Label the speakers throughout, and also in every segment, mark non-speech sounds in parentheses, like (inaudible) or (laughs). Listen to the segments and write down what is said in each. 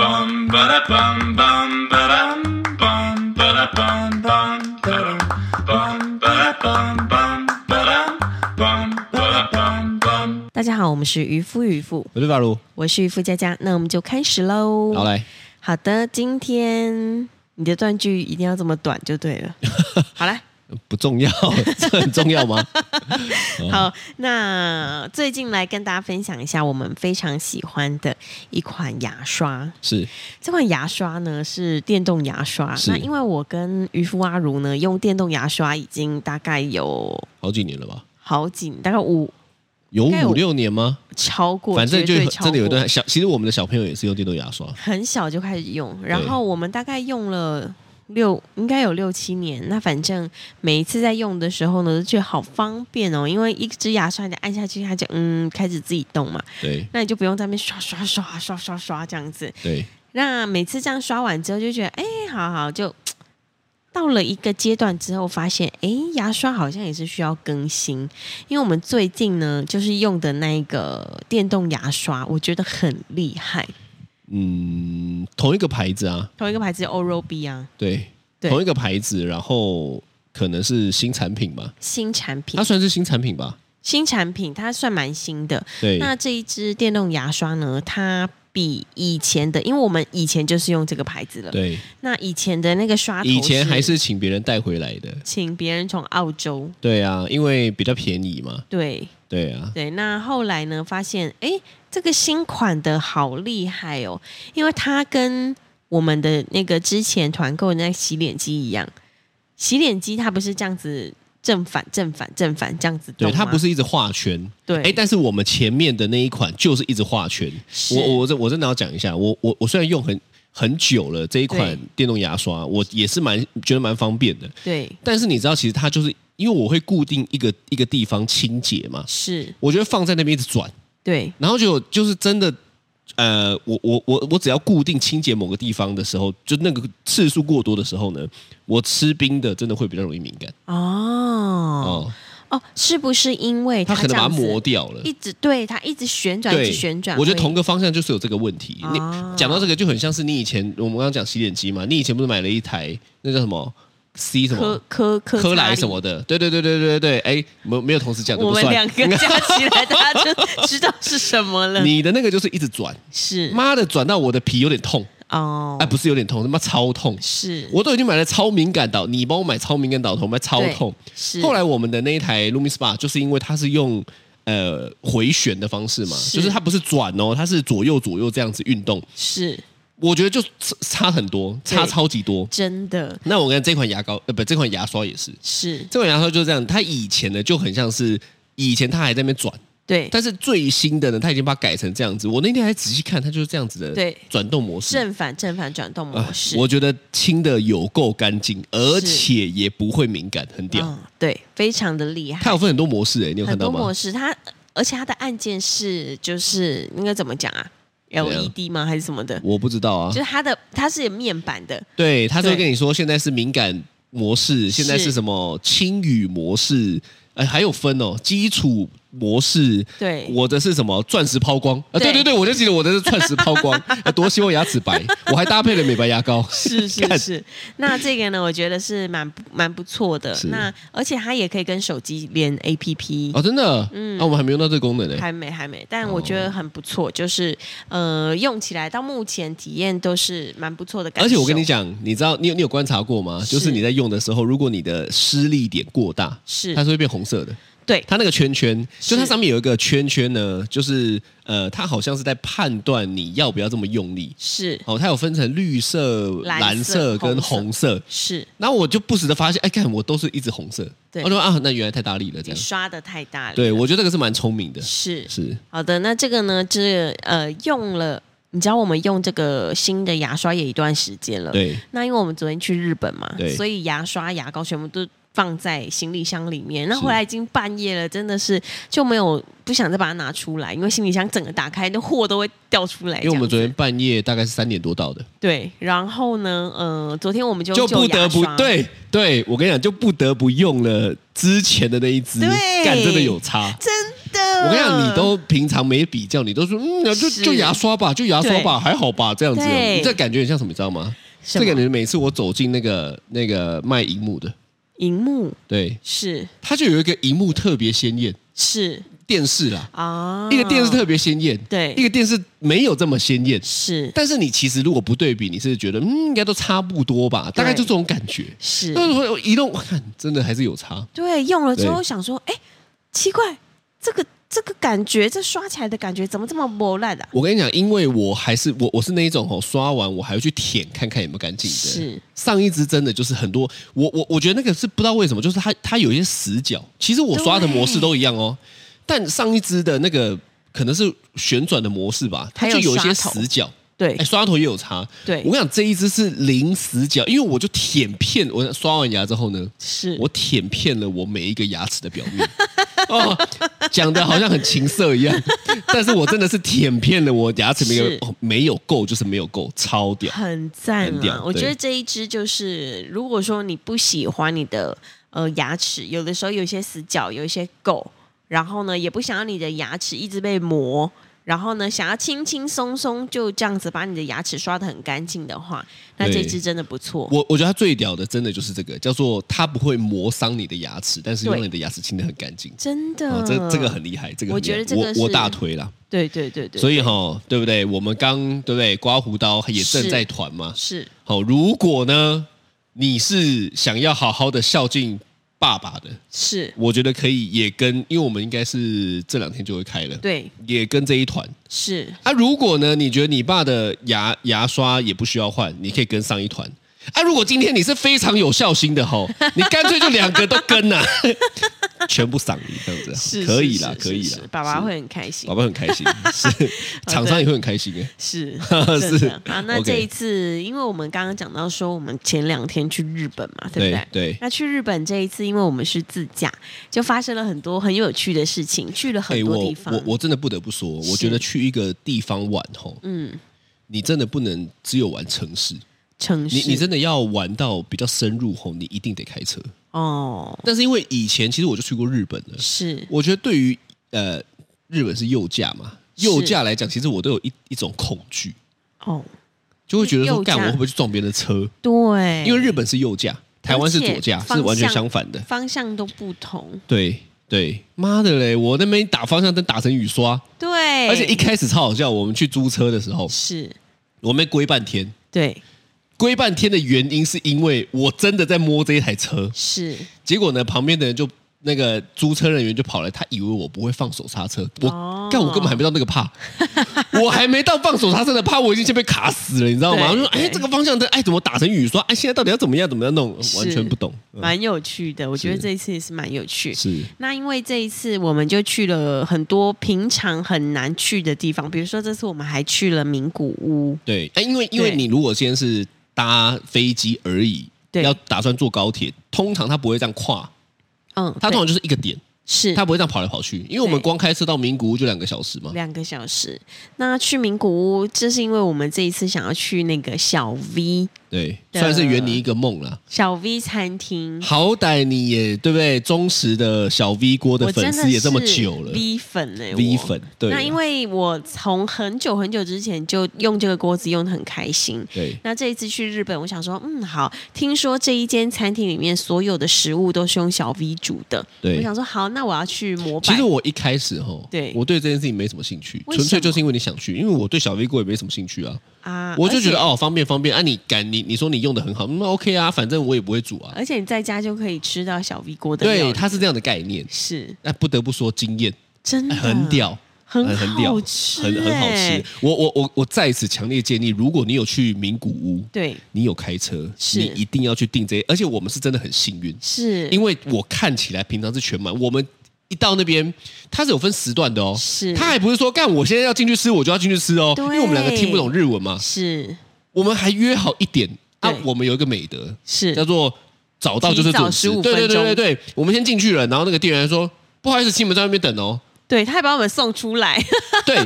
Speaker 1: bum ba da bum bum ba dum bum ba da bum bum ba dum bum ba da bum bum ba dum bum ba da bum bum.
Speaker 2: 大家好，我们是渔夫渔妇，
Speaker 3: 我是大如，
Speaker 2: 我是渔夫佳佳，那我们就开始喽。
Speaker 3: 好来，
Speaker 2: 好的，今天你的断句一定要这么短就对
Speaker 3: (laughs)
Speaker 2: 了。好来，
Speaker 3: 不
Speaker 2: (laughs)
Speaker 3: 重要，这很重要吗？嗯
Speaker 2: 好，那最近来跟大家分享一下我们非常喜欢的一款牙刷。
Speaker 3: 是
Speaker 2: 这款牙刷呢是电动牙刷，
Speaker 3: 是
Speaker 2: 那因为我跟渔夫阿如呢用电动牙刷已经大概有
Speaker 3: 好几年了吧？
Speaker 2: 好几，大概五
Speaker 3: 有
Speaker 2: 应该有
Speaker 3: 五六年吗？
Speaker 2: 超过，
Speaker 3: 反正就
Speaker 2: 绝对超
Speaker 3: 真的有一
Speaker 2: 过
Speaker 3: 段小，其实我们的小朋友也是用电动牙刷，
Speaker 2: 很小就开始用，然
Speaker 3: 对
Speaker 2: 后我们大概用了六，应该有六七年。那反正每一次在用的时候呢，就觉得好方便哦，因为一支牙刷你按下去，它就嗯开始自己动嘛，
Speaker 3: 对
Speaker 2: 那你就不用在那边刷刷刷刷刷刷这样子。
Speaker 3: 对，
Speaker 2: 那每次这样刷完之后，就觉得哎，好好就。到了一个阶段之后，发现哎，牙刷好像也是需要更新，因为我们最近呢，就是用的那一个电动牙刷，我觉得很厉害，
Speaker 3: 嗯，同一个牌子啊，
Speaker 2: 同一个牌子 Oral B 啊，
Speaker 3: 对，
Speaker 2: 对
Speaker 3: 同一个牌子，然后可能是新产品吧，
Speaker 2: 新产品
Speaker 3: 它，算是新产品吧？
Speaker 2: 新产品它算蛮新的。
Speaker 3: 对，
Speaker 2: 那这一支电动牙刷呢，它比以前的，因为我们以前就是用这个牌子了。
Speaker 3: 对，
Speaker 2: 那以前的那个刷头，
Speaker 3: 以前还是请别人带回来的，
Speaker 2: 请别人从澳洲。
Speaker 3: 对啊，因为比较便宜嘛，
Speaker 2: 对
Speaker 3: 对啊，
Speaker 2: 对，那后来呢，发现哎，这个新款的好厉害哦，因为它跟我们的那个之前团购的那个洗脸机一样，洗脸机它不是这样子正反正反正反这样子动
Speaker 3: 对，
Speaker 2: 吗，
Speaker 3: 它不是一直画圈，
Speaker 2: 啊对，
Speaker 3: 哎，但是我们前面的那一款就是一直画圈。
Speaker 2: 是
Speaker 3: 我我这我真的要讲一下，我我我虽然用很很久了这一款
Speaker 2: 对
Speaker 3: 电动牙刷，我也是蛮觉得蛮方便的。
Speaker 2: 对
Speaker 3: 但是你知道，其实它就是因为我会固定一个一个地方清洁嘛，
Speaker 2: 是，
Speaker 3: 我觉得放在那边一直转，
Speaker 2: 对
Speaker 3: 然后就就是真的，呃，我我我我只要固定清洁某个地方的时候，就那个次数过多的时候呢，我吃冰的真的会比较容易敏感
Speaker 2: 哦
Speaker 3: 哦，
Speaker 2: 哦，是不是因为
Speaker 3: 它可
Speaker 2: 这
Speaker 3: 能把它
Speaker 2: 样子
Speaker 3: 磨掉了。
Speaker 2: 一直对它一直旋转，一
Speaker 3: 对，
Speaker 2: 直旋转，
Speaker 3: 我觉得
Speaker 2: 会
Speaker 3: 同个方向就是有这个问题。你
Speaker 2: 啊
Speaker 3: 讲到这个就很像是你以前我们刚刚讲洗脸机嘛，你以前不是买了一台那叫什么 C 什么
Speaker 2: 科科科
Speaker 3: 科莱
Speaker 2: 查
Speaker 3: 什
Speaker 2: 理
Speaker 3: 么的？对对对对对对，哎，没有没有同时讲的
Speaker 2: 我
Speaker 3: 不
Speaker 2: 们两
Speaker 3: 算。
Speaker 2: 个加起来，大家就知道是什么了。
Speaker 3: (laughs) 你的那个就是一直转，
Speaker 2: 是
Speaker 3: 妈的转到我的皮有点痛，
Speaker 2: 哦
Speaker 3: 哎，，不是有点痛，他妈超痛！
Speaker 2: 是
Speaker 3: 我都已经买了超敏感导，你帮我买超敏感导头，买超
Speaker 2: 对
Speaker 3: 痛。
Speaker 2: 是
Speaker 3: 后来我们的那一台 Lumi Spa 就是因为它是用呃回旋的方式嘛，
Speaker 2: 是
Speaker 3: 就是它不是转哦，它是左右左右这样子运动，
Speaker 2: 是
Speaker 3: 我觉得就差差很多，差
Speaker 2: 对
Speaker 3: 超级多。
Speaker 2: 真的
Speaker 3: 那我跟这款牙膏，呃，不，这款牙刷也是，
Speaker 2: 是
Speaker 3: 这款牙刷就是这样。它以前呢就很像是，以前它还在那边转，
Speaker 2: 对
Speaker 3: 但是最新的呢，它已经把它改成这样子。我那天还仔细看，它就是这样子的
Speaker 2: 对
Speaker 3: 转动模式。
Speaker 2: 正反正反转动
Speaker 3: 啊
Speaker 2: 模式，
Speaker 3: 我觉得清的有够干净，而且也不会敏感，很屌。
Speaker 2: 嗯对，非常的厉害
Speaker 3: 它。有分很多模式诶、你有看
Speaker 2: 很
Speaker 3: 到
Speaker 2: 多
Speaker 3: 吗
Speaker 2: 模？式，它而且它的按键是就是应该怎么讲啊
Speaker 3: 样
Speaker 2: ？LED 吗还是什么的？
Speaker 3: 我不知道啊
Speaker 2: 就。是它的它是有面板的，
Speaker 3: 对，它就会
Speaker 2: 对
Speaker 3: 跟你说现在是敏感模式，现在是
Speaker 2: 是
Speaker 3: 什么轻语模式，呃，还有分哦，基础模式，
Speaker 2: 对，
Speaker 3: 我的是什么？钻石抛光啊！对
Speaker 2: 对
Speaker 3: 对对，我就记得我的是钻石抛
Speaker 2: (laughs)
Speaker 3: 光，啊多希望牙齿白，我还搭配了美白牙膏。
Speaker 2: 是是
Speaker 3: 干
Speaker 2: 是，那这个呢，我觉得是蛮不蛮不错的
Speaker 3: 是。
Speaker 2: 那而且它也可以跟手机连 APP，、
Speaker 3: 哦，真的，嗯，啊，我们还没用到这个功能呢。
Speaker 2: 还没还没，但我觉
Speaker 3: 哦
Speaker 2: 得很不错，就是呃，用起来到目前体验都是蛮不错的感受。
Speaker 3: 而且我跟你，讲，你知道你有你有观察过吗？
Speaker 2: 是
Speaker 3: 就是你在用的时候，如果你的施力点过大，
Speaker 2: 是
Speaker 3: 它是会变红色的。
Speaker 2: 对
Speaker 3: 它那个圈圈，
Speaker 2: 是
Speaker 3: 就它上面有一个圈圈呢，就是呃，它好像是在判断你要不要这么用力。
Speaker 2: 是
Speaker 3: 哦，它有分成绿色、
Speaker 2: 蓝
Speaker 3: 蓝
Speaker 2: 色
Speaker 3: 色跟
Speaker 2: 红
Speaker 3: 红色。
Speaker 2: 是，
Speaker 3: 然后我就不时的发现，哎，看我都是一直红色。
Speaker 2: 对
Speaker 3: 我说啊，那原来太大力了，这
Speaker 2: 你
Speaker 3: 样。
Speaker 2: 刷的太大了。
Speaker 3: 对，我觉得这个是蛮聪明的，
Speaker 2: 是
Speaker 3: 是
Speaker 2: 好的，那这个呢，这呃用了，你知道我们用这个新的牙刷也一段时间了。
Speaker 3: 对
Speaker 2: 那因为我们昨天去日本嘛
Speaker 3: 对，
Speaker 2: 所以牙刷、牙膏全部都放在行李箱里面。那
Speaker 3: 是
Speaker 2: 回来已经半夜了，真的是就没有不想再把它拿出来，因为行李箱整个打开，那货都会掉出来。
Speaker 3: 因为我们
Speaker 2: 这
Speaker 3: 昨
Speaker 2: 样
Speaker 3: 天
Speaker 2: 子
Speaker 3: 半夜大概是三点多到的，
Speaker 2: 对，然后呢，呃，昨天我们就
Speaker 3: 就不得不
Speaker 2: 牙刷
Speaker 3: 对对，我跟你讲，就不得不用了之前的那一支，
Speaker 2: 对
Speaker 3: 干真的有差，
Speaker 2: 真的。
Speaker 3: 我跟你讲，你都平常没比较，你都说嗯，就就是就牙刷吧，就牙刷吧，
Speaker 2: 对
Speaker 3: 还好吧，这样子哦。
Speaker 2: 对
Speaker 3: 你这感觉很像什么，你知道吗？
Speaker 2: 什
Speaker 3: 这
Speaker 2: 么
Speaker 3: 感觉每次我走进那个那个卖荧幕的，
Speaker 2: 荧幕
Speaker 3: 对，
Speaker 2: 是
Speaker 3: 它就有一个荧幕特别鲜艳，
Speaker 2: 是
Speaker 3: 电视啦，
Speaker 2: 啊，
Speaker 3: 一个电视特别鲜艳，
Speaker 2: 对
Speaker 3: 一个电视没有这么鲜艳。
Speaker 2: 是
Speaker 3: 但是你其实如果不对比，你是觉得嗯，应该都差不多吧，大概就这种感觉。
Speaker 2: 是，
Speaker 3: 但是我移动，我看真的还是有差。
Speaker 2: 对，用了之后
Speaker 3: 对
Speaker 2: 想说，哎，奇怪，这个这个感觉，这刷起来的感觉怎么这么磨烂啊？
Speaker 3: 我跟你讲，因为我还是我我是那一种哦，刷完我还要去舔看看有没有干净的。
Speaker 2: 是
Speaker 3: 上一支真的就是很多，我我我觉得那个是不知道为什么，就是它它有一些死角。其实我刷的模式都一样哦，但上一支的那个可能是旋转的模式吧，它
Speaker 2: 还有
Speaker 3: 就有一些
Speaker 2: 刷头
Speaker 3: 死角。
Speaker 2: 对
Speaker 3: 哎，刷头也有差。
Speaker 2: 对
Speaker 3: 我跟你讲，这一支是零死角，因为我就舔片，我刷完牙之后呢，
Speaker 2: 是，
Speaker 3: 我舔遍了我每一个牙齿的表面。哦，讲的好像很情色一样，但是我真的是舔遍了我牙齿每
Speaker 2: 是
Speaker 3: 个哦，没有够就是没有够，超屌。
Speaker 2: 很赞
Speaker 3: 很
Speaker 2: 啊！
Speaker 3: 屌
Speaker 2: 我觉得
Speaker 3: 对
Speaker 2: 这一支就是，如果说你不喜欢你的呃牙齿，有的时候有一些死角，有一些垢，然后呢也不想要你的牙齿一直被磨，然后呢想要轻轻松松就这样子把你的牙齿刷的很干净的话，那这
Speaker 3: 对
Speaker 2: 支真的不错。
Speaker 3: 我我觉得它最屌的，真的就是这个，叫做它不会磨伤你的牙齿，但是又
Speaker 2: 对
Speaker 3: 让你的牙齿清得很干净。
Speaker 2: 真的，
Speaker 3: 哦，这这个很厉害，这个很
Speaker 2: 我觉得
Speaker 3: 厉害
Speaker 2: 这个
Speaker 3: 我我
Speaker 2: 是
Speaker 3: 大推啦。
Speaker 2: 对对对对，
Speaker 3: 所
Speaker 2: 以
Speaker 3: 以哈、对不对？我们刚对不对？刮胡刀也正
Speaker 2: 是
Speaker 3: 在团嘛。
Speaker 2: 是
Speaker 3: 好、如果呢你是想要好好的孝敬爸爸的，
Speaker 2: 是，
Speaker 3: 我觉得可以也跟，因为我们应该是这两天就会开了，，
Speaker 2: 对
Speaker 3: 也跟这一团。
Speaker 2: 是
Speaker 3: 啊，如果呢，你觉得你爸的牙牙刷也不需要换，你可以跟上一团。啊，如果今天你是非常有孝心的吼，
Speaker 2: (laughs)
Speaker 3: 你干脆就两个都跟呐、全部赏你这样子，啊
Speaker 2: 是，
Speaker 3: 可
Speaker 2: 是
Speaker 3: 以啦
Speaker 2: 是，
Speaker 3: 可以
Speaker 2: 是是，
Speaker 3: 啦
Speaker 2: 哦爸爸
Speaker 3: 是
Speaker 2: 会很开心
Speaker 3: 爸。爸很开心，
Speaker 2: (laughs)
Speaker 3: 是厂商也会很开心哎、 (laughs)
Speaker 2: 是真
Speaker 3: 是
Speaker 2: 的啊。那
Speaker 3: OK
Speaker 2: 这一次，因为我们刚刚讲到说，我们前两天去日本嘛，对不对？
Speaker 3: 对对
Speaker 2: 那去日本这一次，因为我们是自驾，就发生了很多很有趣的事情，去了很多
Speaker 3: 哎我
Speaker 2: 地方。
Speaker 3: 我我真的不得不说，我
Speaker 2: 是
Speaker 3: 觉得去一个地方玩吼，
Speaker 2: 嗯，
Speaker 3: 你真的不能只有玩城市，
Speaker 2: 城市
Speaker 3: 你你真的要玩到比较深入吼，你一定得开车。
Speaker 2: 哦，
Speaker 3: 但是因为以前其实我就去过日本了，
Speaker 2: 是
Speaker 3: 我觉得对于呃日本是右驾嘛，
Speaker 2: 是
Speaker 3: 右驾来讲，其实我都有一一种恐惧，
Speaker 2: 哦，
Speaker 3: 就会觉得说
Speaker 2: 右驾
Speaker 3: 干我会不会去撞别人的车？
Speaker 2: 对，
Speaker 3: 因为日本是右驾，台湾是左驾，
Speaker 2: 而且方向
Speaker 3: 是完全相反的。
Speaker 2: 方向都不同，
Speaker 3: 对对，妈的嘞！我那边打方向灯打成雨刷，
Speaker 2: 对，
Speaker 3: 而且一开始超好笑。我们去租车的时候，
Speaker 2: 哎是
Speaker 3: 我们归半天，
Speaker 2: 对
Speaker 3: 归半天的原因是因为我真的在摸这一台车，
Speaker 2: 是
Speaker 3: 结果呢，旁边的人就那个租车人员就跑来，他以为我不会放手刹车，我
Speaker 2: 哦
Speaker 3: 干、我根本还没到那个怕， (laughs) 我还没到放手刹车的怕，我已经先被卡死了，你知道吗？我
Speaker 2: 对
Speaker 3: 说哎，
Speaker 2: 对
Speaker 3: 这个方向灯哎怎么打成雨刷？哎，现在到底要怎么样怎么样弄？
Speaker 2: 是
Speaker 3: 完全不懂，嗯
Speaker 2: 蛮有趣的。我觉得
Speaker 3: 是
Speaker 2: 这一次也是蛮有趣。
Speaker 3: 是
Speaker 2: 那因为这一次我们就去了很多平常很难去的地方，比如说这次我们还去了名古屋，
Speaker 3: 对，哎，因为因为
Speaker 2: 对
Speaker 3: 你如果先是搭飞机而已，
Speaker 2: 对
Speaker 3: 要打算坐高铁，通常他不会这样跨，
Speaker 2: 嗯，
Speaker 3: 他通
Speaker 2: 对
Speaker 3: 常就是一个点，
Speaker 2: 是
Speaker 3: 他不会这样跑来跑去，因为我们
Speaker 2: 对
Speaker 3: 光开车到名古屋就两个小时嘛，
Speaker 2: 两个小时。那去名古屋，这是因为我们这一次想要去那个小 V
Speaker 3: 对，
Speaker 2: 的
Speaker 3: 算是圆你一个梦啦。
Speaker 2: 小 V 餐厅，
Speaker 3: 好歹你也对不对？忠实的小 V 锅的
Speaker 2: 我真
Speaker 3: 粉
Speaker 2: 的
Speaker 3: 丝也这么
Speaker 2: 是
Speaker 3: 久了
Speaker 2: V 粉哎、
Speaker 3: ，V
Speaker 2: 我
Speaker 3: 粉对啊，
Speaker 2: 那因为我从很久很久之前就用这个锅子用的很开心，
Speaker 3: 对
Speaker 2: 那这一次去日本，我想说，嗯，好，听说这一间餐厅里面所有的食物都是用小 V 煮的，我
Speaker 3: 对
Speaker 2: 想，说，好，那我要去膜拜。
Speaker 3: 其实我一开始哈，
Speaker 2: 对
Speaker 3: 我对这件事情没什么兴趣，
Speaker 2: 为
Speaker 3: 纯粹
Speaker 2: 什
Speaker 3: 就是因为你想去，因为我对小 V 锅也没什么兴趣啊，
Speaker 2: 啊，
Speaker 3: 我就觉得
Speaker 2: 而且，
Speaker 3: 哦方便方便啊，你敢你你说你用的很好，那 OK 啊，反正我也不会煮啊，
Speaker 2: 而且你在家就可以吃到小 V 锅的料
Speaker 3: 对，
Speaker 2: 理，
Speaker 3: 它是这样的概念。
Speaker 2: 啊是
Speaker 3: 那不得不说惊艳，
Speaker 2: 真的
Speaker 3: 哎很，屌，哎
Speaker 2: 很
Speaker 3: 很很屌
Speaker 2: 好，吃
Speaker 3: 很很好
Speaker 2: 欸
Speaker 3: 吃。我我我我再次强烈建议，如果你有去名古屋，
Speaker 2: 对，
Speaker 3: 你有开车，
Speaker 2: 是
Speaker 3: 你一定要去订这些，而且我们是真的很幸运，
Speaker 2: 是
Speaker 3: 因
Speaker 2: 为
Speaker 3: 为我看起来平常是全满，我们一到那边，它是有分时段的哦，
Speaker 2: 是
Speaker 3: 它还不是说干我现在要进去吃，我就要进去吃哦，
Speaker 2: 对
Speaker 3: 因为我们两个听不懂日文嘛，
Speaker 2: 是
Speaker 3: 我们还约好一点啊
Speaker 2: 对，
Speaker 3: 我们有一个美德叫
Speaker 2: 是
Speaker 3: 做早到就是准
Speaker 2: 提
Speaker 3: 时
Speaker 2: 早15，
Speaker 3: 对对对
Speaker 2: 分钟
Speaker 3: 对对，我们先进去了，然后那个店员说不好意思，请你们在外面等哦，
Speaker 2: 对，他还把我们送出来， (laughs)
Speaker 3: 对，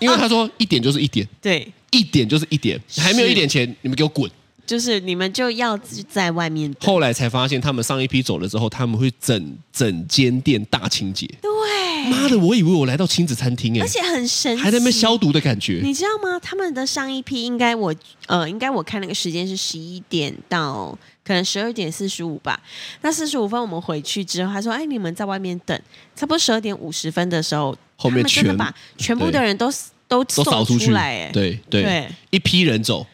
Speaker 3: 因为他说一点就是一点，
Speaker 2: 对，
Speaker 3: 一点就是一点，还没有一点前你们给我滚。
Speaker 2: 就是你们就要在外面等
Speaker 3: 后来才发现，他们上一批走了之后，他们会整整间店大清洁。
Speaker 2: 对，
Speaker 3: 妈的，我以为我来到亲子餐厅哎
Speaker 2: 而，且很神奇，
Speaker 3: 还在那边消毒的感觉。
Speaker 2: 你知道吗？他们的上一批应该我呃，应该我看那个时间是十一点到可能十二点四十五吧。那四十五分我们回去之后，他说：“哎，你们在外面等。”差不多十二点五十分的时候，
Speaker 3: 后面
Speaker 2: 他们真的
Speaker 3: 全
Speaker 2: 把全部的人都都
Speaker 3: 都
Speaker 2: 送
Speaker 3: 扫出去，
Speaker 2: 来，哎，
Speaker 3: 对对
Speaker 2: 对，
Speaker 3: 一批人走，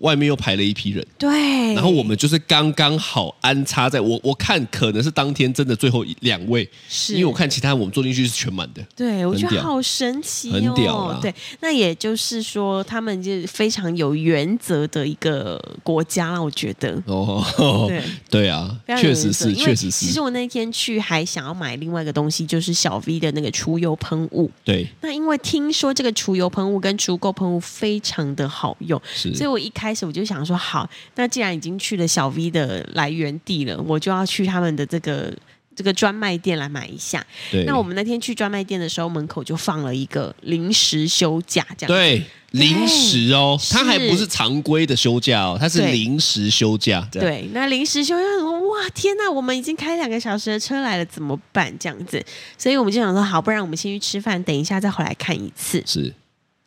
Speaker 3: 外面又排了一批人，
Speaker 2: 对。
Speaker 3: 然后我们就是刚刚好安插在我我看可能是当天真的最后一两位，
Speaker 2: 是
Speaker 3: 因为我看其他我们坐进去是全满的，
Speaker 2: 对，我
Speaker 3: 很
Speaker 2: 觉得
Speaker 3: 屌
Speaker 2: 好神奇哦！
Speaker 3: 很屌啦
Speaker 2: 对，那也就是说，他们就是非常有原则的一个国家啦，我觉得。
Speaker 3: 哦
Speaker 2: 对，
Speaker 3: (laughs) 对啊
Speaker 2: 非，常有
Speaker 3: 确
Speaker 2: 原
Speaker 3: 实
Speaker 2: 则
Speaker 3: 是，
Speaker 2: 因为
Speaker 3: 确实
Speaker 2: 其实
Speaker 3: 是，
Speaker 2: 我那天去还想要买另外一个东西，就是小 V 的那个除油喷雾。
Speaker 3: 对，
Speaker 2: 那因为听说这个除油喷雾跟除垢喷雾非常的好用，
Speaker 3: 是
Speaker 2: 所以我一开始我就想说，好，那既然已经去了小 V 的来源地了，我就要去他们的这个这个专卖店来买一下。
Speaker 3: 对。
Speaker 2: 那我们那天去专卖店的时候，门口就放了一个临时休假这样。
Speaker 3: 对，临时哦，
Speaker 2: 是
Speaker 3: 他还不是常规的休假哦，他是
Speaker 2: 对
Speaker 3: 临时休假。这样，
Speaker 2: 对，那临时休假，我想说哇，天呐，我们已经开两个小时的车来了，怎么办？这样子，所以我们就想说，好，不然我们先去吃饭，等一下再回来看一
Speaker 3: (laughs)
Speaker 2: 次。
Speaker 3: 是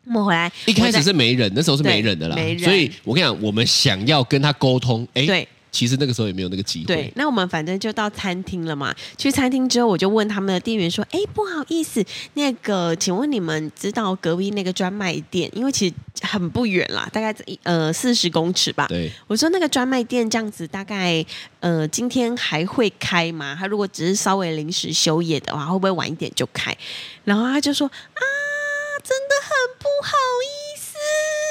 Speaker 2: 我们回来，
Speaker 3: 一开始
Speaker 2: 我再
Speaker 3: 是没人，那时候是没人的啦
Speaker 2: 对没。人
Speaker 3: 所以我跟你讲，我们想要跟他沟通，哎，
Speaker 2: 对，
Speaker 3: 其实那个时候也没有那个机
Speaker 2: 对
Speaker 3: 会。，
Speaker 2: 那我们反正就到餐厅了嘛。去餐厅之后，我就问他们的店员说：“哎，不好意思，那个，请问你们知道隔壁那个专卖店？因为其实很不远啦，大概在一呃四十公尺吧。
Speaker 3: 对，
Speaker 2: 我说那个专卖店这样子，大概呃今天还会开吗？他如果只是稍微临时休业的话，会不会晚一点就开？然后他就说啊，真的很不好意思。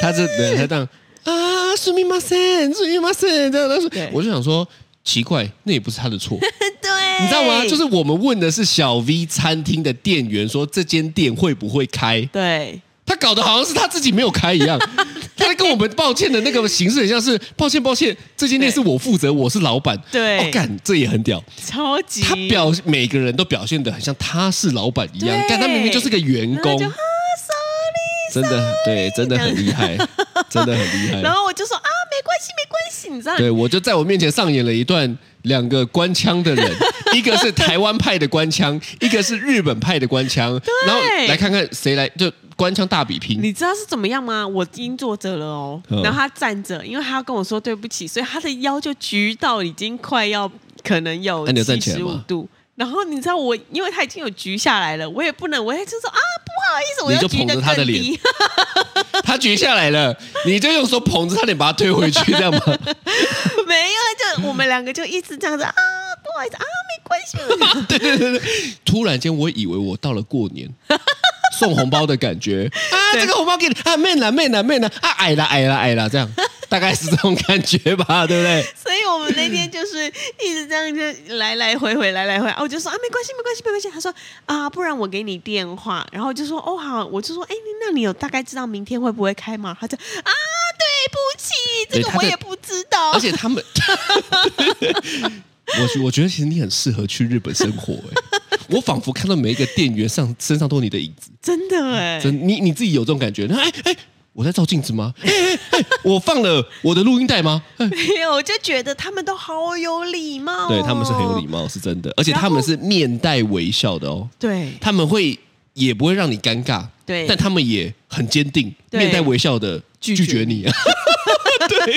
Speaker 3: 他这对他这样啊，苏密马森，苏密马森，这样他
Speaker 2: 对
Speaker 3: 说，我就想说。奇怪，那也不是他
Speaker 2: (laughs)
Speaker 3: 的错，
Speaker 2: (laughs) 对，
Speaker 3: 你知道吗？就是我们问的是小 V 餐厅的店员，说这间店会不会开？
Speaker 2: 对
Speaker 3: 他搞得好像是他自己没有开一
Speaker 2: (laughs)
Speaker 3: 样。他在跟我们抱歉的那个形式很像是抱歉抱歉，这间店是我负责，我是老板。
Speaker 2: 对
Speaker 3: 哦，干这也很屌。
Speaker 2: 超级
Speaker 3: 他表每个人都表现的很像他是老板一样
Speaker 2: 对，
Speaker 3: 但他明明就是个员
Speaker 2: 然后
Speaker 3: 工
Speaker 2: 就，啊，sorry。
Speaker 3: 真的对，真的很
Speaker 2: (laughs)
Speaker 3: 厉害，真的很厉
Speaker 2: 然
Speaker 3: 害。
Speaker 2: 后我就说啊，没关系，没关系，你知道，
Speaker 3: 对，我就在我面前上演了一段两个官腔
Speaker 2: (laughs)
Speaker 3: 的人，一个是台湾派的官腔，一个是日本派的官腔，然后来看看谁来就官腔大比拼。
Speaker 2: 你知道是怎么样吗？我已经坐着了哦，
Speaker 3: 嗯
Speaker 2: 然后他站着，因为他要跟我说对不起，所以他的腰就举到已经快要可能有
Speaker 3: 那啊你有
Speaker 2: 七
Speaker 3: 站起来
Speaker 2: 十五
Speaker 3: 吗
Speaker 2: 度。然后你知道我，因为他已经有举下来了，我也不能，我也就说啊，不好意思，我
Speaker 3: 你
Speaker 2: 要
Speaker 3: 就
Speaker 2: 举
Speaker 3: 捧
Speaker 2: 得
Speaker 3: 着他的
Speaker 2: 更
Speaker 3: 脸
Speaker 2: 低。 (laughs)
Speaker 3: 他举下来了，你就用手捧着他脸把他推回去，这样 (laughs) 吗？
Speaker 2: 没有，就我们两个就一直这样子啊，不好意思啊，没关系。
Speaker 3: 对对对对，突然间我以为我到了过年。送红包的感觉啊，这个红包给你啊，妹啦妹啦妹啦啊，矮啦矮啦矮啦，这样大概是这种感觉吧，对不对？
Speaker 2: 所以我们那
Speaker 3: (laughs)
Speaker 2: 天就是一直这样就来来回回，来来回。啊，我就说啊，没关系，没关系，没关系。他说啊，不然我给你电话。然后我就说哦好，我就说哎，你那你有大概知道明天会不会开吗？他就啊，对不起，这
Speaker 3: 对
Speaker 2: 个
Speaker 3: 他
Speaker 2: 我
Speaker 3: 的
Speaker 2: 也不知道。
Speaker 3: (laughs) 而且他们， (laughs) 我觉我觉得其实你很适合去日本生活、哎，我仿佛看到每一个店员上身上都有你的影子，
Speaker 2: 真的哎，
Speaker 3: 嗯真你你自己有这种感觉？哎哎，我在照镜子吗？哎哎哎，我放了我的录音带吗？哎
Speaker 2: (laughs) 没有，我就觉得他们都好有礼貌、哦
Speaker 3: 对，他们是很有礼
Speaker 2: 貌。
Speaker 3: 貌，是真的，而且他们是面带微笑的哦，
Speaker 2: 对
Speaker 3: 他们会也不会让你尴尬，
Speaker 2: 对
Speaker 3: 但他们也很坚定，
Speaker 2: 对
Speaker 3: 面带微笑的
Speaker 2: 拒
Speaker 3: 拒
Speaker 2: 绝
Speaker 3: 绝 (laughs) 你，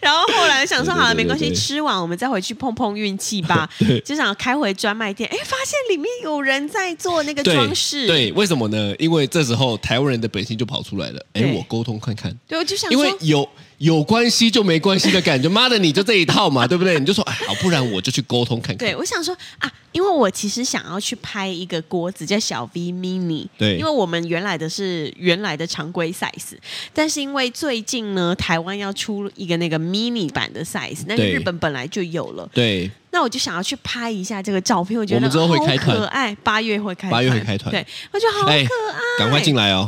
Speaker 2: 然后后来想说，
Speaker 3: (laughs) 对对
Speaker 2: 好了，
Speaker 3: 对
Speaker 2: 没关系，
Speaker 3: 对对
Speaker 2: 吃完我们再回去碰碰运气
Speaker 3: (laughs)
Speaker 2: 吧。 (laughs) 就想开回专卖店，哎，发现里面有人在做那个
Speaker 3: 对
Speaker 2: 装饰。
Speaker 3: 对，为什么呢？因为这时候台湾人的本性就跑出来了，哎
Speaker 2: 对，
Speaker 3: 我沟通看看，
Speaker 2: 对，我就想
Speaker 3: 因为
Speaker 2: 说，
Speaker 3: 有有关系就没关系的感觉，妈的，你就这一套嘛， (laughs) 对不对？你就说，哎，好，不然我就去沟通看看
Speaker 2: 对，，我想说啊，因为我其实想要去拍一个锅子叫小 V mini，
Speaker 3: 对
Speaker 2: 因为我们原来的是原来的常规 size，但是因为最近呢，台湾要出一个那个 mini 版的 size，那个
Speaker 3: 对
Speaker 2: 日本本来就有了，
Speaker 3: 对，
Speaker 2: 那我就想要去拍一下这个照片，我觉
Speaker 3: 我
Speaker 2: 得
Speaker 3: 们之后会
Speaker 2: 好
Speaker 3: 开团
Speaker 2: 可爱，八月会开团，
Speaker 3: 八月会开团
Speaker 2: 对，我觉得好可
Speaker 3: 哎
Speaker 2: 爱， (laughs)
Speaker 3: 赶快进来哦，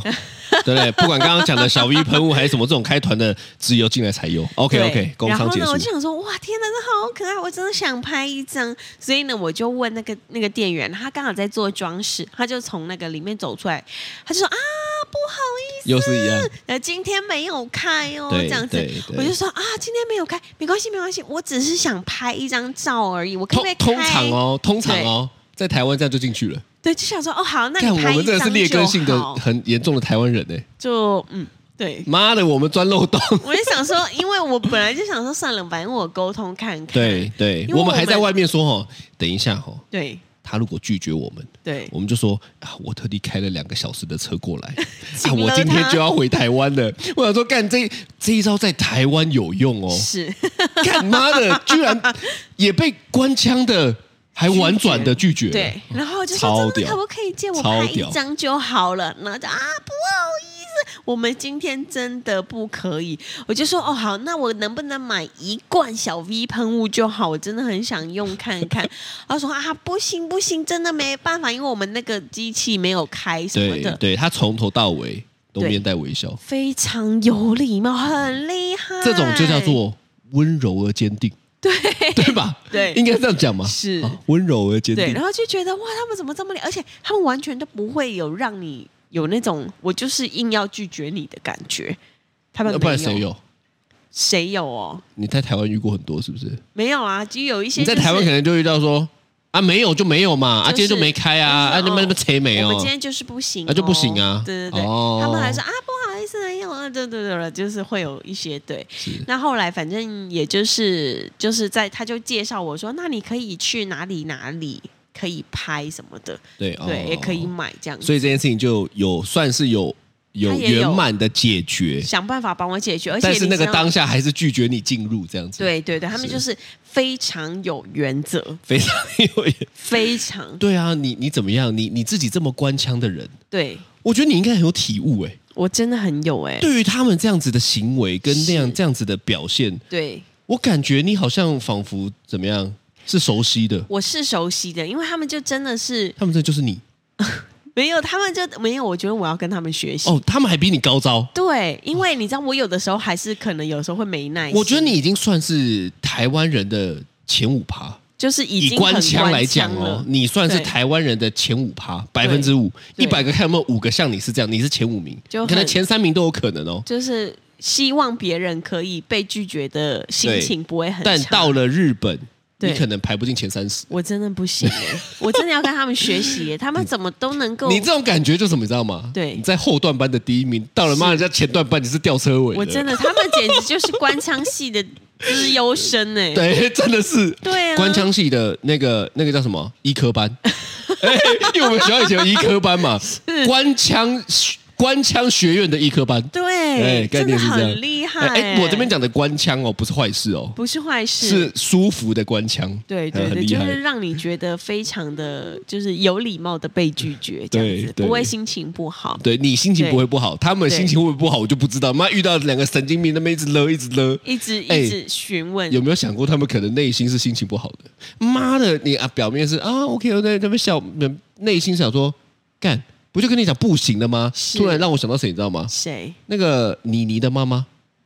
Speaker 3: 对不对？不管刚刚讲的小 V 喷雾还是什么这种开团的，只有进来才有。OK
Speaker 2: 对
Speaker 3: OK，工
Speaker 2: 然
Speaker 3: 商
Speaker 2: 后
Speaker 3: 结
Speaker 2: 呢，
Speaker 3: 束
Speaker 2: 我。就想说，哇，天哪，这好可爱，我真的想拍一张。所以呢，我就问那个那个店员，他刚好在做装饰，他就从那个里面走出来，他就说啊，不好意思，
Speaker 3: 又是一样，
Speaker 2: 呃，今天没有开哦，
Speaker 3: 对
Speaker 2: 这样子
Speaker 3: 对，对
Speaker 2: 我就说啊，今天没有开，没关系，没关系，我只是想拍一张照而已，我可
Speaker 3: 通
Speaker 2: 不可以开？
Speaker 3: 通常，哦，通常哦，在台湾这样就进去了。
Speaker 2: 对，就想说哦，好，那
Speaker 3: 看
Speaker 2: 你
Speaker 3: 我
Speaker 2: 拍一
Speaker 3: 们真的是
Speaker 2: 张
Speaker 3: 劣根
Speaker 2: 就
Speaker 3: 性的
Speaker 2: 好，
Speaker 3: 很严重的台湾人呢。
Speaker 2: 就嗯，对。
Speaker 3: 妈的，我们钻漏
Speaker 2: (laughs)
Speaker 3: 洞。
Speaker 2: 我就想说，因为我本来就想说，算了，反正我沟通看看。
Speaker 3: (laughs) 对对
Speaker 2: 因，为
Speaker 3: 我
Speaker 2: 我
Speaker 3: 们还
Speaker 2: 们
Speaker 3: 在外面说哦，等一下哦，
Speaker 2: 对
Speaker 3: 他如果拒绝我们，
Speaker 2: 对，
Speaker 3: 我们就说啊，我特地开了两个小时的
Speaker 2: (laughs)
Speaker 3: 车过来，啊，
Speaker 2: 请了
Speaker 3: 我今天就要回台湾了。我想说，干这这一招在台湾有
Speaker 2: (laughs)
Speaker 3: 用哦，
Speaker 2: 是
Speaker 3: 干妈的居然也被官腔的，还婉转的拒绝，
Speaker 2: 对，然后我就
Speaker 3: 超
Speaker 2: 说真的
Speaker 3: 屌
Speaker 2: 可不可以借我
Speaker 3: 超
Speaker 2: 拍一
Speaker 3: 屌
Speaker 2: 张就好了？然后就啊不好意思，我们今天真的不可以。我就说哦好，那我能不能买一罐小 V 喷雾就好？我真的很想用看看。他说啊不行不行，真的没办法，因为我们那个机器没有开什么
Speaker 3: 对
Speaker 2: 的。
Speaker 3: 对，他从头到尾都
Speaker 2: 对
Speaker 3: 面带微笑，
Speaker 2: 非常有礼貌，很厉害。
Speaker 3: 这种就叫做温柔而坚定，对对吧？
Speaker 2: 对
Speaker 3: 应该这样讲嘛，
Speaker 2: 是
Speaker 3: 啊温柔而坚
Speaker 2: 对，
Speaker 3: 定
Speaker 2: 然。后就觉得哇，他们怎么这么厉害？而且他们完全都不会有让你有那种我就是硬要拒绝你的感觉。他们
Speaker 3: 那不
Speaker 2: 没有
Speaker 3: 然谁有？
Speaker 2: 谁有哦？
Speaker 3: 你在台湾遇过很多是不是？
Speaker 2: 没有啊，就有一些、
Speaker 3: 你
Speaker 2: 就是、
Speaker 3: 在台湾可能就遇到说啊没有就没有嘛，啊
Speaker 2: 就
Speaker 3: 今天就是没开啊，啊
Speaker 2: 就是
Speaker 3: 那么
Speaker 2: 哦
Speaker 3: 那么谁没
Speaker 2: 我
Speaker 3: 有
Speaker 2: 们？今天就是不行、哦，
Speaker 3: 啊就不行啊
Speaker 2: 对对对，
Speaker 3: 哦
Speaker 2: 他们还说啊不好意思，没有啊，对对对，就是会有一些对。
Speaker 3: 是
Speaker 2: 那后来反正也就是就是在他就介绍我说，那你可以去哪里哪里可以拍什么的，
Speaker 3: 对
Speaker 2: 对，也可以。
Speaker 3: 哦
Speaker 2: 买这样子
Speaker 3: 所。以这件事情就有算是有有
Speaker 2: 他也有
Speaker 3: 圆满的解决，
Speaker 2: 想办法帮我解决，而且
Speaker 3: 但是
Speaker 2: 你
Speaker 3: 那个
Speaker 2: 知道
Speaker 3: 当下还是拒绝你进入这样子。，
Speaker 2: 对对对，他们就是非常有原则，
Speaker 3: 非常有缘。
Speaker 2: 非常
Speaker 3: 对啊，你你怎么样？你你自己这么官腔的人，
Speaker 2: 对
Speaker 3: 我觉得你应该很有体悟哎、
Speaker 2: 我真的很有哎、
Speaker 3: 对于他们这样子的行为跟那样
Speaker 2: 是
Speaker 3: 这样子的表现，
Speaker 2: 对
Speaker 3: 我感觉你好像仿佛怎么样是熟悉的，
Speaker 2: 我是熟悉的，因为他们就真的是
Speaker 3: 他们这就是你
Speaker 2: 没有，他们就没有，我觉得我要跟他们学习。
Speaker 3: 哦，他们还比你高招。
Speaker 2: 对，因为你知道，我有的时候还是可能有时候会没耐心。
Speaker 3: 我觉得你已经算是台湾人的前五趴，
Speaker 2: 就是已
Speaker 3: 以
Speaker 2: 经很官
Speaker 3: 腔来讲
Speaker 2: 腔
Speaker 3: 哦
Speaker 2: 了，，
Speaker 3: 你算是
Speaker 2: 对
Speaker 3: 台湾人的前五趴，百分之五，一
Speaker 2: 对
Speaker 3: 百个看有没有五个像你是这样，你是前五名，
Speaker 2: 就很
Speaker 3: 可能前三名都有可能哦。
Speaker 2: 就是希望别人可以被拒绝的心
Speaker 3: 对
Speaker 2: 情不会很
Speaker 3: 但
Speaker 2: 差
Speaker 3: 到了日本，
Speaker 2: 对
Speaker 3: 你可能排不进前三十。
Speaker 2: 我真的不行哎、我真的要跟他们学习、
Speaker 3: (laughs)
Speaker 2: 欸，他们怎么都能够
Speaker 3: 你这种感觉就什么，你知道吗？
Speaker 2: 对
Speaker 3: 你在后段班的第一名，到了妈人家前段班你是吊车尾的，
Speaker 2: 我真的，他们简直就是官腔系的资优生哎、
Speaker 3: (laughs) 对，真的是
Speaker 2: 对啊，
Speaker 3: 官腔系的那个那个叫什么医科班， (laughs) 哎、因为我们学校以前有医科
Speaker 2: (laughs)
Speaker 3: 班嘛，官腔官腔学院的医科班，
Speaker 2: 对，
Speaker 3: 哎概
Speaker 2: 真的
Speaker 3: 念是这样
Speaker 2: 很厉害、
Speaker 3: 哎、
Speaker 2: 哎，
Speaker 3: 我这边讲的官腔哦，不是坏事哦，
Speaker 2: 不是坏事，
Speaker 3: 是舒服的官腔，
Speaker 2: 对
Speaker 3: 哎
Speaker 2: 对
Speaker 3: 很
Speaker 2: 对，
Speaker 3: 厉
Speaker 2: 就
Speaker 3: 害。
Speaker 2: 是让你觉得非常的，就是有礼貌的被拒绝，这样
Speaker 3: 嗯对
Speaker 2: 子
Speaker 3: 对
Speaker 2: 不会心情不好。
Speaker 3: 对你心情不会不好，他们
Speaker 2: 对
Speaker 3: 心情会不会不好，我就不知道。妈，遇到两个神经病，那么一直勒，一直勒，
Speaker 2: 一直
Speaker 3: 哎
Speaker 2: 一直询问，
Speaker 3: 有没有想过他们可能内心是心情不好的？妈的，你啊，表面是啊，OK，我在那边笑，内心想说，干，不就跟你讲不行的吗？
Speaker 2: 是
Speaker 3: 突然让我想到谁，你知道吗？
Speaker 2: 谁？
Speaker 3: 那个妮妮的妈妈，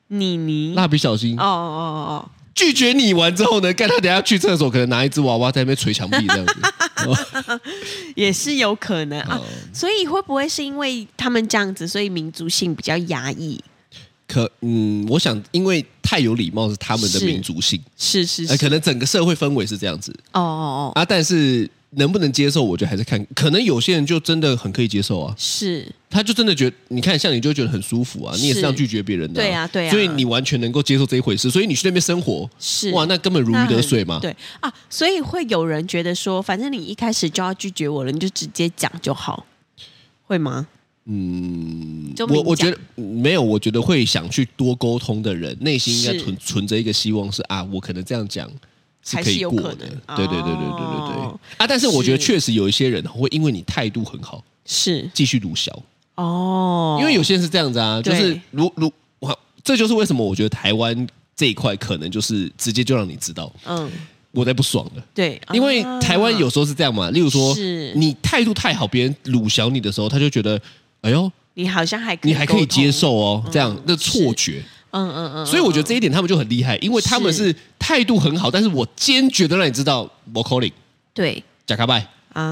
Speaker 2: 妮妮？哦
Speaker 3: 蜡笔小新、
Speaker 2: 哦哦哦，
Speaker 3: 拒绝你完之后呢，干他等下去厕所，可能拿一只娃娃在那边捶墙壁这
Speaker 2: (laughs)
Speaker 3: 样子。
Speaker 2: 也是有可能啊
Speaker 3: 哦。
Speaker 2: 所以会不会是因为他们这样子，所以民族性比较压抑？
Speaker 3: 可嗯，我想因为太有礼貌是他们的
Speaker 2: 是
Speaker 3: 民族性，
Speaker 2: 是是是，
Speaker 3: 呃，可能整个社会氛围是这样子
Speaker 2: 哦哦哦，
Speaker 3: 啊。但是能不能接受，我觉得还是看，可能有些人就真的很可以接受啊，
Speaker 2: 是
Speaker 3: 他就真的觉得，你看像你就觉得很舒服啊，
Speaker 2: 是
Speaker 3: 你也是这样拒绝别人的、
Speaker 2: 对啊对啊
Speaker 3: 所以你完全能够接受这一回事，所以你去那边生活，
Speaker 2: 是
Speaker 3: 哇，那根本如
Speaker 2: 那
Speaker 3: 鱼
Speaker 2: 很
Speaker 3: 得水嘛。
Speaker 2: 对啊，所以会有人觉得说，反正你一开始就要拒绝我了，你就直接讲就好，会吗？嗯，就
Speaker 3: 我我觉
Speaker 2: 得
Speaker 3: 得没有，我觉得会想去多沟通的人，内心应该
Speaker 2: 是
Speaker 3: 存存着一个希望是啊，我可能这样讲是
Speaker 2: 还
Speaker 3: 可
Speaker 2: 是
Speaker 3: 以
Speaker 2: 有
Speaker 3: 过
Speaker 2: 可
Speaker 3: 的。
Speaker 2: 能
Speaker 3: 对对对对对对对、
Speaker 2: 哦
Speaker 3: 啊！但是我觉得
Speaker 2: 是
Speaker 3: 确实有一些人会因为你态度很好，
Speaker 2: 是
Speaker 3: 继续鲁小，
Speaker 2: 哦，
Speaker 3: 因为有些人是这样子啊，就
Speaker 2: 对
Speaker 3: 是如如哇，这就是为什么我觉得台湾这一块可能就是直接就让你知道
Speaker 2: 嗯
Speaker 3: 我在不爽了。
Speaker 2: 对，
Speaker 3: 因为台湾有
Speaker 2: 啊
Speaker 3: 时候是这样嘛，例如说
Speaker 2: 是
Speaker 3: 你态度太好，别人辱小你的时候，他就觉得，哎呦，
Speaker 2: 你好像还可以
Speaker 3: 你还可以
Speaker 2: 沟通
Speaker 3: 接，受哦，这样那错觉。
Speaker 2: 嗯嗯嗯，
Speaker 3: 所以我觉得这一点他们就很厉害，因为他们
Speaker 2: 是
Speaker 3: 是态度很好，但是我坚决的让你知道我 calling
Speaker 2: 对
Speaker 3: 假卡拜
Speaker 2: 啊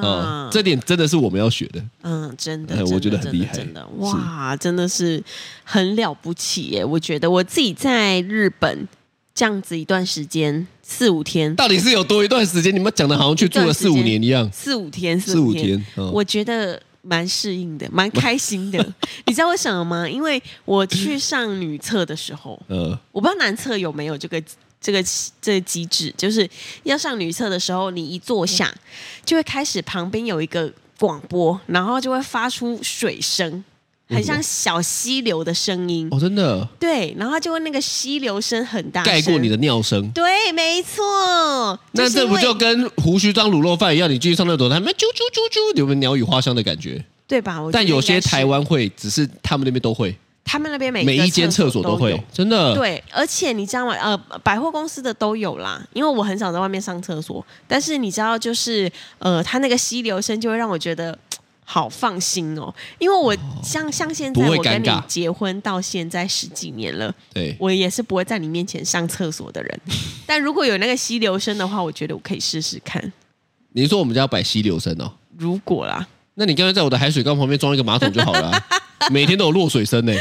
Speaker 3: 啊，，这点真的是我们要学的。
Speaker 2: 嗯，真的，
Speaker 3: 哎
Speaker 2: 真的
Speaker 3: 我觉得很
Speaker 2: 真的
Speaker 3: 厉害
Speaker 2: 真的哇，真的是很了不起耶！我觉得我自己在日本这样子一段时间，四五天，
Speaker 3: 到底是有多一段时间，你们讲的好像去住了四五年一样，
Speaker 2: 四五天，
Speaker 3: 四
Speaker 2: 五
Speaker 3: 五天，嗯
Speaker 2: 我觉得蛮适应
Speaker 3: (laughs)
Speaker 2: 的，蛮开心的。你知道为什么吗？因为我去上女厕的时候，
Speaker 3: 呃，
Speaker 2: 我不知道男厕有没有这个这个这个机制，就是要上女厕的时候，你一坐下
Speaker 3: 嗯
Speaker 2: 就会开始旁边有一个广播，然后就会发出水声，很像小溪流的声音。
Speaker 3: 嗯哦，真
Speaker 2: 啊
Speaker 3: 的
Speaker 2: 对，然后就会那个溪流声很大，
Speaker 3: 盖过你。的尿声。
Speaker 2: 对，没错。
Speaker 3: 那
Speaker 2: 是
Speaker 3: 这
Speaker 2: 因
Speaker 3: 不
Speaker 2: 为
Speaker 3: 就跟胡须张卤肉饭一样？你继续上厕所，他们啾啾啾啾，有没有鸟语花香的感觉？
Speaker 2: 对吧？我觉得
Speaker 3: 但有些
Speaker 2: 应该是
Speaker 3: 台湾会，只是他们那边都会，
Speaker 2: 他们那边每
Speaker 3: 每一间厕所
Speaker 2: 都
Speaker 3: 都会嗯
Speaker 2: 有，
Speaker 3: 真的。，
Speaker 2: 对，而且你知道吗？呃，百货公司的都有啦，因为我很少在外面上厕所。但是你知道，就是呃，它那个溪流声就会让我觉得好放心哦，因为我像像现在
Speaker 3: 不会
Speaker 2: 我跟
Speaker 3: 尴
Speaker 2: 你
Speaker 3: 尬
Speaker 2: 结婚到现在十几年了，
Speaker 3: 对，
Speaker 2: 我也是不会在你面前上厕所的人。 (laughs) 但如果有那个溪流声的话，我觉得我可以试试看。
Speaker 3: 你说我们家要摆溪流声哦，
Speaker 2: 如果啦，
Speaker 3: 那你刚才在我的海水缸旁边装一个马桶就好了啊、
Speaker 2: (laughs)
Speaker 3: 每天都有落水声呢、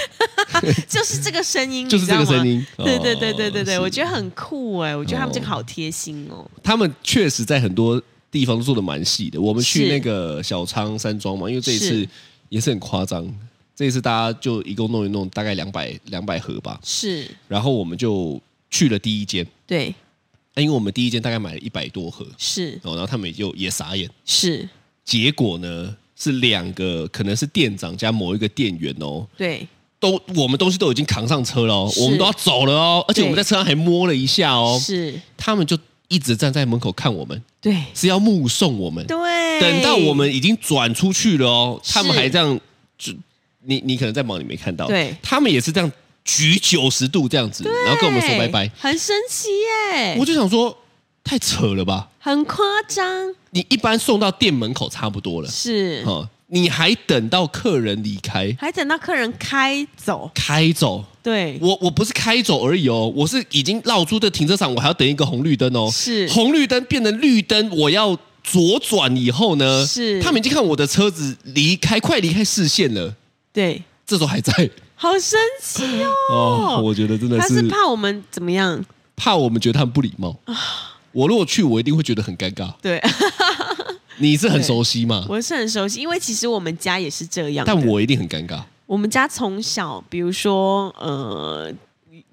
Speaker 2: 就是这个声音，
Speaker 3: (laughs) 就是这个
Speaker 2: 你知道吗
Speaker 3: 声。音。
Speaker 2: 对对对对对对，
Speaker 3: 哦
Speaker 2: 我
Speaker 3: 是
Speaker 2: 觉得很酷哎、我觉得他们这个
Speaker 3: 哦
Speaker 2: 好贴心哦。
Speaker 3: 他们确实在很多地方都做的蛮细的。我们去
Speaker 2: 是
Speaker 3: 那个小仓山庄嘛，因为这一次
Speaker 2: 是
Speaker 3: 也是很夸张，这一次大家就一共弄一弄，大概两百两百盒吧。
Speaker 2: 是，
Speaker 3: 然后我们就去了第一间，
Speaker 2: 对，
Speaker 3: 那因为我们第一间大概买了一百多盒，
Speaker 2: 是
Speaker 3: 哦，然后他们也就也傻眼。
Speaker 2: 是，
Speaker 3: 结果呢是两个，可能是店长加某一个店员哦，
Speaker 2: 对。
Speaker 3: 都我们东西都已经扛上车了、哦，
Speaker 2: 是
Speaker 3: 我们都要走了哦，而且
Speaker 2: 对
Speaker 3: 我们在车上还摸了一下哦，
Speaker 2: 是，
Speaker 3: 他们就一直站在门口看我们，
Speaker 2: 对
Speaker 3: 是要目送我们，
Speaker 2: 对。
Speaker 3: 等到我们已经转出去了哦，
Speaker 2: 是
Speaker 3: 他们还这样，就你你可能在忙，你没看到，
Speaker 2: 对
Speaker 3: 他们也是这样举九十度这样子，然后跟我们说拜拜
Speaker 2: 对，很神奇耶，
Speaker 3: 我就想说太扯了吧，
Speaker 2: 很夸张，
Speaker 3: 你一般送到店门口差不多了，
Speaker 2: 是，
Speaker 3: 哦，你还等到客人离开。
Speaker 2: 还等到客人开走，
Speaker 3: 开走，
Speaker 2: 对，
Speaker 3: 我我不是开走而已哦，我是已经绕出这停车场，我还要等一个红绿灯哦。
Speaker 2: 是
Speaker 3: 红绿灯变成绿灯，我要左转以后呢，
Speaker 2: 是
Speaker 3: 他们已经看我的车子离开，快离开视线了，
Speaker 2: 对，
Speaker 3: 这时候还在
Speaker 2: 好神奇哦。
Speaker 3: 哦。我觉得真的
Speaker 2: 他
Speaker 3: 是
Speaker 2: 是怕我们怎么样？
Speaker 3: 怕我们觉得他们不礼貌。我如果去，我一定会觉得很尴尬。
Speaker 2: 对，
Speaker 3: (laughs) 你是很熟悉嘛，
Speaker 2: 我是很熟悉，因为其实我们家也是这样的。
Speaker 3: 但我一定很尴尬。
Speaker 2: 我们家从小，比如说呃，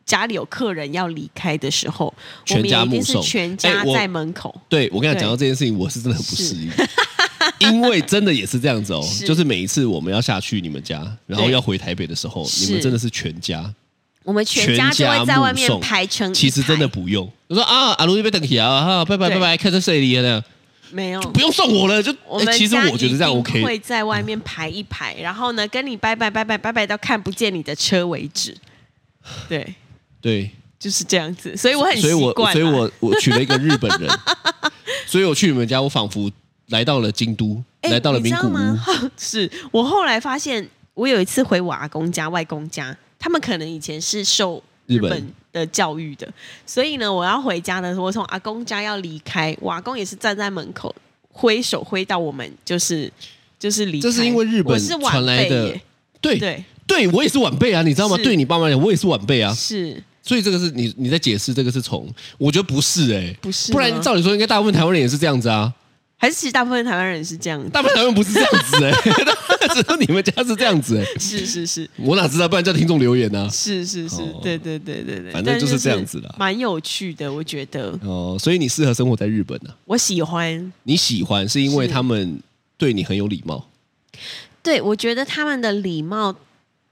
Speaker 2: 家里有客人要离开的时候，我们
Speaker 3: 全家
Speaker 2: 也一定
Speaker 3: 目
Speaker 2: 是
Speaker 3: 送
Speaker 2: 全
Speaker 3: 哎
Speaker 2: 家
Speaker 3: 我
Speaker 2: 在门口。
Speaker 3: 对我跟你
Speaker 2: 对
Speaker 3: 讲到这件事情，我是真的很不适应， (laughs) 因为真的也是这样子哦，
Speaker 2: 是
Speaker 3: 就是每一次我们要下去你们家，然后
Speaker 2: 对
Speaker 3: 要回台北的时候，
Speaker 2: 是
Speaker 3: 你们真的是全家，
Speaker 2: 我们全家就
Speaker 3: 全家
Speaker 2: 会在外
Speaker 3: 目
Speaker 2: 面
Speaker 3: 送
Speaker 2: 排成一排，
Speaker 3: 其实真的不用。我说啊，阿卢这边等你啊，哈，拜拜
Speaker 2: 对
Speaker 3: 拜拜，开车睡里了，
Speaker 2: 没有，
Speaker 3: 不用送我了，就
Speaker 2: 我
Speaker 3: 哎
Speaker 2: 们
Speaker 3: 其实
Speaker 2: 家
Speaker 3: 我觉得这样
Speaker 2: 一定
Speaker 3: OK，
Speaker 2: 会在外面排一排，然后呢跟你拜拜拜拜拜拜到看不见你的车为止。对，
Speaker 3: 对，
Speaker 2: 就是这样子，所以我很
Speaker 3: 所以
Speaker 2: 习
Speaker 3: 我
Speaker 2: 惯啦，啊
Speaker 3: 所以我我娶了一个日本
Speaker 2: (laughs)
Speaker 3: 人，所以我去你们家，我仿佛来到了京都，
Speaker 2: 哎
Speaker 3: 来到了名古
Speaker 2: 你
Speaker 3: 屋
Speaker 2: 知，道吗？ (laughs) 是我后来发现，我有一次回我阿公家、外公家，他们可能以前是受
Speaker 3: 日
Speaker 2: 日
Speaker 3: 本
Speaker 2: 本的教育的，所以呢，我要回家的时候，我从阿公家要离开，我阿公也是站在门口挥手挥到我们，就是就是离开。
Speaker 3: 这是因为日本
Speaker 2: 我是晚
Speaker 3: 传来
Speaker 2: 辈
Speaker 3: 的哎
Speaker 2: 耶
Speaker 3: 对
Speaker 2: 对
Speaker 3: 对，我也是晚辈啊，你知道吗？
Speaker 2: 是
Speaker 3: 对你爸妈来讲，我也是晚辈啊，
Speaker 2: 是。
Speaker 3: 所以这个是你你在解释这个是从，我觉得不是哎、
Speaker 2: 不是吗
Speaker 3: 不然照理说应该大部分台湾人也是这样子啊，
Speaker 2: 还是其实大部分台湾人是这样的，
Speaker 3: 大部分台湾人不是这样子哎、只有你们家是这样子哎、
Speaker 2: 是是是
Speaker 3: 我哪知道？不然叫听众留言啊。
Speaker 2: 是是是，
Speaker 3: 哦
Speaker 2: 对对对对对，
Speaker 3: 反正
Speaker 2: 但
Speaker 3: 就是这样子啦
Speaker 2: 蛮有趣的，我觉得
Speaker 3: 哦，所以你适合生活在日本啊，
Speaker 2: 我喜欢。
Speaker 3: 你喜欢是因为
Speaker 2: 是
Speaker 3: 他们对你很有礼貌，
Speaker 2: 对，我觉得他们的礼貌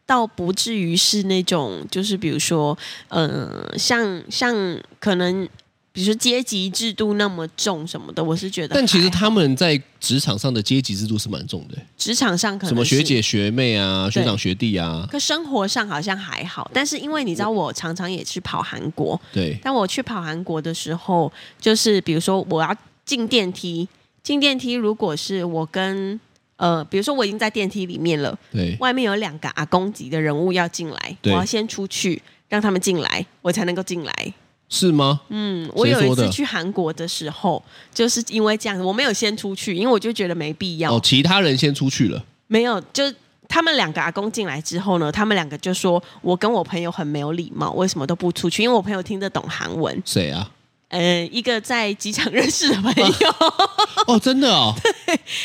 Speaker 2: 倒不至于是那种，就是比如说，呃，像像可能，比如说阶级制度那么重什么的，我是觉得还好。
Speaker 3: 但其实他们在职场上的阶级制度是蛮重的、欸
Speaker 2: 职场上可能
Speaker 3: 什么学
Speaker 2: 是
Speaker 3: 姐学妹啊，学长学弟啊，
Speaker 2: 可生活上好像还好，但是因为你知道，我常常也去跑韩国，
Speaker 3: 对，
Speaker 2: 但我去跑韩国的时候，就是比如说我要进电梯，进电梯如果是我跟呃，比如说我已经在电梯里面了，
Speaker 3: 对
Speaker 2: 外面有两个阿公级的人物要进来，我
Speaker 3: 对
Speaker 2: 要先出去让他们进来，我才能够进来。
Speaker 3: 是吗？
Speaker 2: 嗯，我
Speaker 3: 谁
Speaker 2: 有一
Speaker 3: 说
Speaker 2: 次
Speaker 3: 的
Speaker 2: 去韩国的时候，就是因为这样，我没有先出去，因为我就觉得没必要，
Speaker 3: 哦，其他人先出去了，
Speaker 2: 没有就。他们两个阿公进来之后呢，他们两个就说：“我跟我朋友很没有礼貌，为什么都不出去？因为我朋友听得懂韩文，
Speaker 3: 谁啊？
Speaker 2: 呃，一个在机场认识的朋
Speaker 3: (laughs)
Speaker 2: 友， (laughs)
Speaker 3: 哦，真的哦，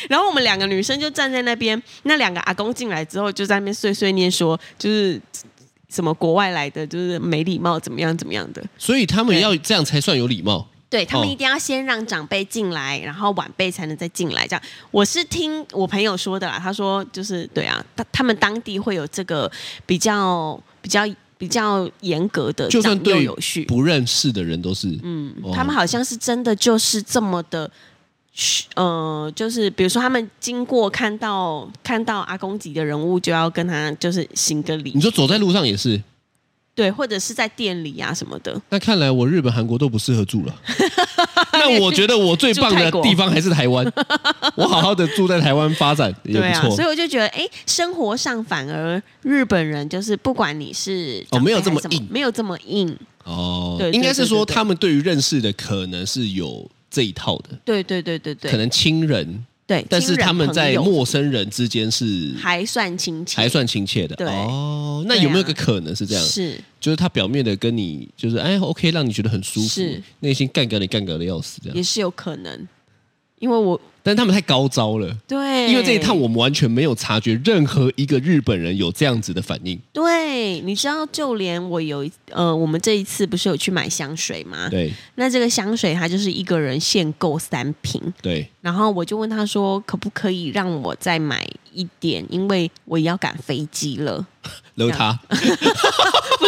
Speaker 2: 然后我们两个女生就站在那边，那两个阿公进来之后就在那边碎碎念说，就是什么国外来的，就是没礼貌，怎么样怎么样的。
Speaker 3: 所以他们要这样才算有礼貌。
Speaker 2: 对他们
Speaker 3: 哦
Speaker 2: 一定要先让长辈进来，然后晚辈才能再进来。这样，我是听我朋友说的啦，他说就是对啊，他他们当地会有这个比较比较比较严格的
Speaker 3: 就算
Speaker 2: 长幼
Speaker 3: 对
Speaker 2: 有序。
Speaker 3: 不认识的人都是，嗯，
Speaker 2: 他们好像是真的就是这么的，嘘呃，就是比如说他们经过看到看到阿公级的人物，就要跟他就是行个礼
Speaker 3: 你，说走在路上也是，
Speaker 2: 对，或者是在店里啊什么的。
Speaker 3: 那看来我日本、韩国都不适合
Speaker 2: (laughs)
Speaker 3: 住了。那我觉得我最棒的地方还是
Speaker 2: (laughs)
Speaker 3: 台湾，我好好的住在台湾发展也
Speaker 2: 对
Speaker 3: 不
Speaker 2: 啊，
Speaker 3: 错。
Speaker 2: 所以我就觉得，哎，生活上反而日本人就是不管你是
Speaker 3: 哦没有
Speaker 2: 长辈还是
Speaker 3: 这么
Speaker 2: 什
Speaker 3: 硬
Speaker 2: 没有这么硬，
Speaker 3: 哦
Speaker 2: 对对
Speaker 3: 应该是
Speaker 2: 对
Speaker 3: 说
Speaker 2: 对对
Speaker 3: 他们对于认识的可能是有这一套的，
Speaker 2: 对对对对对，
Speaker 3: 可能亲人，
Speaker 2: 对，
Speaker 3: 但是
Speaker 2: 亲人
Speaker 3: 他们在
Speaker 2: 朋友
Speaker 3: 陌生人之间是
Speaker 2: 还算亲切，
Speaker 3: 还算亲切的。
Speaker 2: 对
Speaker 3: 哦，那
Speaker 2: 对啊
Speaker 3: 有没有一个可能是这样？
Speaker 2: 是
Speaker 3: 就是他表面的跟你就是哎 OK，让你觉得很舒服
Speaker 2: 是，
Speaker 3: 内心干掉你干掉的要死这
Speaker 2: 也
Speaker 3: 样。
Speaker 2: 是有可能，因为我
Speaker 3: 但他们太高招了。
Speaker 2: 对，
Speaker 3: 因为这一趟我们完全没有察觉任何一个日本人有这样子的反
Speaker 2: (laughs)
Speaker 3: 应。
Speaker 2: 对，你知道，就连我有一呃，我们这一次不是有去买香水吗？
Speaker 3: 对
Speaker 2: 那这个香水它就是一个人限购三瓶，
Speaker 3: 对，
Speaker 2: 然后我就问他说，可不可以让我再买一点，因为我也要赶飞机了。 (laughs)
Speaker 3: 惹他
Speaker 2: 不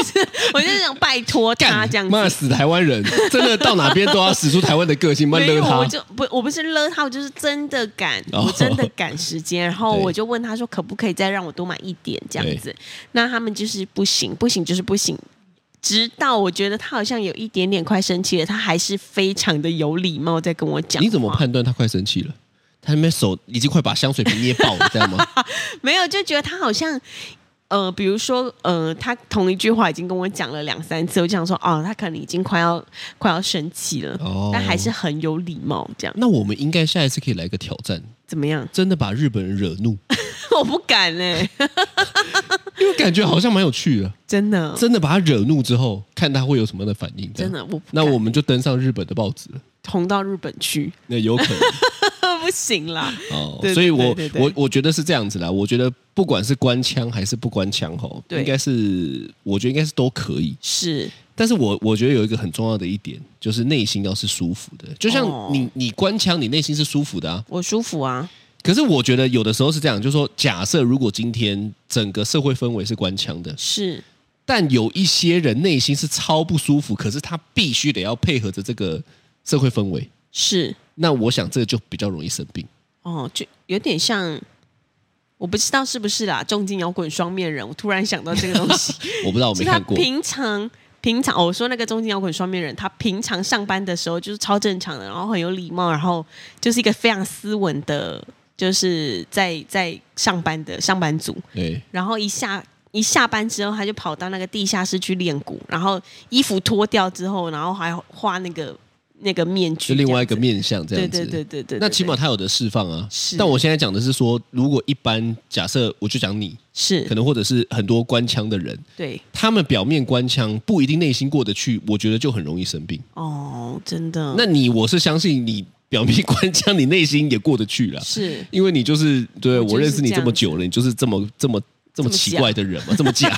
Speaker 2: 是，我就想拜托他
Speaker 3: 干
Speaker 2: 这样
Speaker 3: 妈的
Speaker 2: 子。
Speaker 3: 死台
Speaker 2: (laughs)
Speaker 3: 湾人，真的到哪边都要使出台湾的个性，妈
Speaker 2: 没
Speaker 3: 惹
Speaker 2: 有，我
Speaker 3: 他。
Speaker 2: 就不，我不是勒他，我就是真的赶，
Speaker 3: 哦
Speaker 2: 我真的赶时间。然后
Speaker 3: 对
Speaker 2: 我就问他说，可不可以再让我多买一点这样子？那他们就是不行，不行就是不行。直到我觉得他好像有一点点快生气了，他还是非常的有礼貌在跟我讲。
Speaker 3: 你怎么？判断他快生气了？他那边手已经快把香水瓶捏爆了，这样
Speaker 2: (laughs)
Speaker 3: 吗？
Speaker 2: 没有，就觉得他好像。呃，比如说，呃，他同一句话已经跟我讲了两三次，我就想说，哦，他可能已经快要快要生气了，
Speaker 3: 哦
Speaker 2: 但还是很有礼貌，这样
Speaker 3: 那我们应该下一次可以来个挑战，
Speaker 2: 怎么样？ (laughs)
Speaker 3: 真的把日本人惹怒，
Speaker 2: 我不敢哎、
Speaker 3: 因为感觉好像蛮有趣的。
Speaker 2: 真的，
Speaker 3: 真的把他惹怒之后，看他会有什么样的反应。
Speaker 2: 嗯
Speaker 3: 这
Speaker 2: 真
Speaker 3: 样，
Speaker 2: 的，我不
Speaker 3: 那
Speaker 2: 敢
Speaker 3: 我们就登上日本的报纸了。
Speaker 2: 红到日本
Speaker 3: (laughs)
Speaker 2: 去， (laughs)
Speaker 3: 那有可能。
Speaker 2: 不行啦。
Speaker 3: 哦
Speaker 2: 对，
Speaker 3: 所以我
Speaker 2: 对对对
Speaker 3: 我我觉得是这样子啦。我觉得不管是官腔还是不官腔吼，
Speaker 2: 对
Speaker 3: 应该是我觉得应该是都可以。
Speaker 2: 是
Speaker 3: 但是我我觉得有一个很重要的一点，就是内心要是舒服的。就像
Speaker 2: 哦
Speaker 3: 你、你官腔，你内心是舒服的啊。
Speaker 2: 我舒服啊，
Speaker 3: 可是我觉得有的时候是这样，就是说，假设如果今天整个社会氛围是官腔的，
Speaker 2: 是
Speaker 3: 但有一些人内心是超不舒服，可是他必须得要配合着这个社会氛围，
Speaker 2: 是
Speaker 3: 那我想这就比较容易生病。
Speaker 2: 哦，就有点像，我不知道是不是啦，重金摇滚双面人，我突然想到这个东西，
Speaker 3: 我 (laughs) 不知道，我
Speaker 2: 是
Speaker 3: 没
Speaker 2: 他
Speaker 3: 看过。
Speaker 2: 平常。平常、哦我说那个重金摇滚双面人，他平常上班的时候就是超正常的，然后很有礼貌，然后就是一个非常斯文的，就是在在上班的上班族。
Speaker 3: 对，
Speaker 2: 然后一下一下班之后，他就跑到那个地下室去练鼓，然后衣服脱掉之后，然后还画那个那个面具，
Speaker 3: 就另外一个
Speaker 2: 这样
Speaker 3: 面向
Speaker 2: 子，
Speaker 3: 这
Speaker 2: 对
Speaker 3: 样子。
Speaker 2: 对对对对，
Speaker 3: 那
Speaker 2: 对
Speaker 3: 起码他有的释放啊。
Speaker 2: 是
Speaker 3: 但我现在讲的是说，如果一般假设，我就讲你，可
Speaker 2: 是
Speaker 3: 能或者是很多官腔的人，
Speaker 2: 对
Speaker 3: 他们表面官腔，不一定内心过得去，我觉得就很容易生病。
Speaker 2: 哦，真的，
Speaker 3: 那你，我是相信你表面官腔，你内心也过得去了， (laughs)
Speaker 2: 是
Speaker 3: 因为你就是对
Speaker 2: 我就是
Speaker 3: 我认识你
Speaker 2: 这样
Speaker 3: 这么久了，你就是这么这么。这么
Speaker 2: 这么
Speaker 3: 奇
Speaker 2: 假
Speaker 3: 怪的人嘛，这么
Speaker 2: (laughs)
Speaker 3: 假，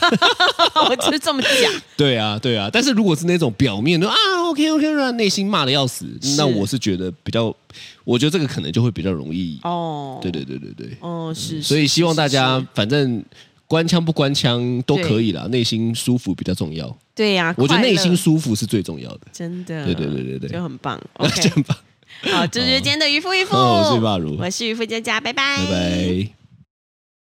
Speaker 2: 我哦就是这么讲，
Speaker 3: 对啊，对啊。但是如果是那种表面的啊，OK OK，让内心骂的要死，那
Speaker 2: 是
Speaker 3: 我是觉得比较，我觉得这个可能就会比较容易。
Speaker 2: 哦，
Speaker 3: 对，对对对对。
Speaker 2: 哦是，
Speaker 3: 所以希望大
Speaker 2: 是
Speaker 3: 家
Speaker 2: 是是
Speaker 3: 反正官腔不官腔都可以啦，内心舒服比较重要。
Speaker 2: 对呀，
Speaker 3: 我觉得
Speaker 2: 快乐
Speaker 3: 内心舒服是最重要的。
Speaker 2: 真的，
Speaker 3: 对对对对对
Speaker 2: 就很
Speaker 3: (laughs)
Speaker 2: 棒
Speaker 3: 那这
Speaker 2: ，OK，
Speaker 3: 样吧，
Speaker 2: 好，这就是今天的渔夫渔夫，
Speaker 3: 哦我是巴如
Speaker 2: 我是渔夫佳佳，拜拜，
Speaker 3: 拜拜。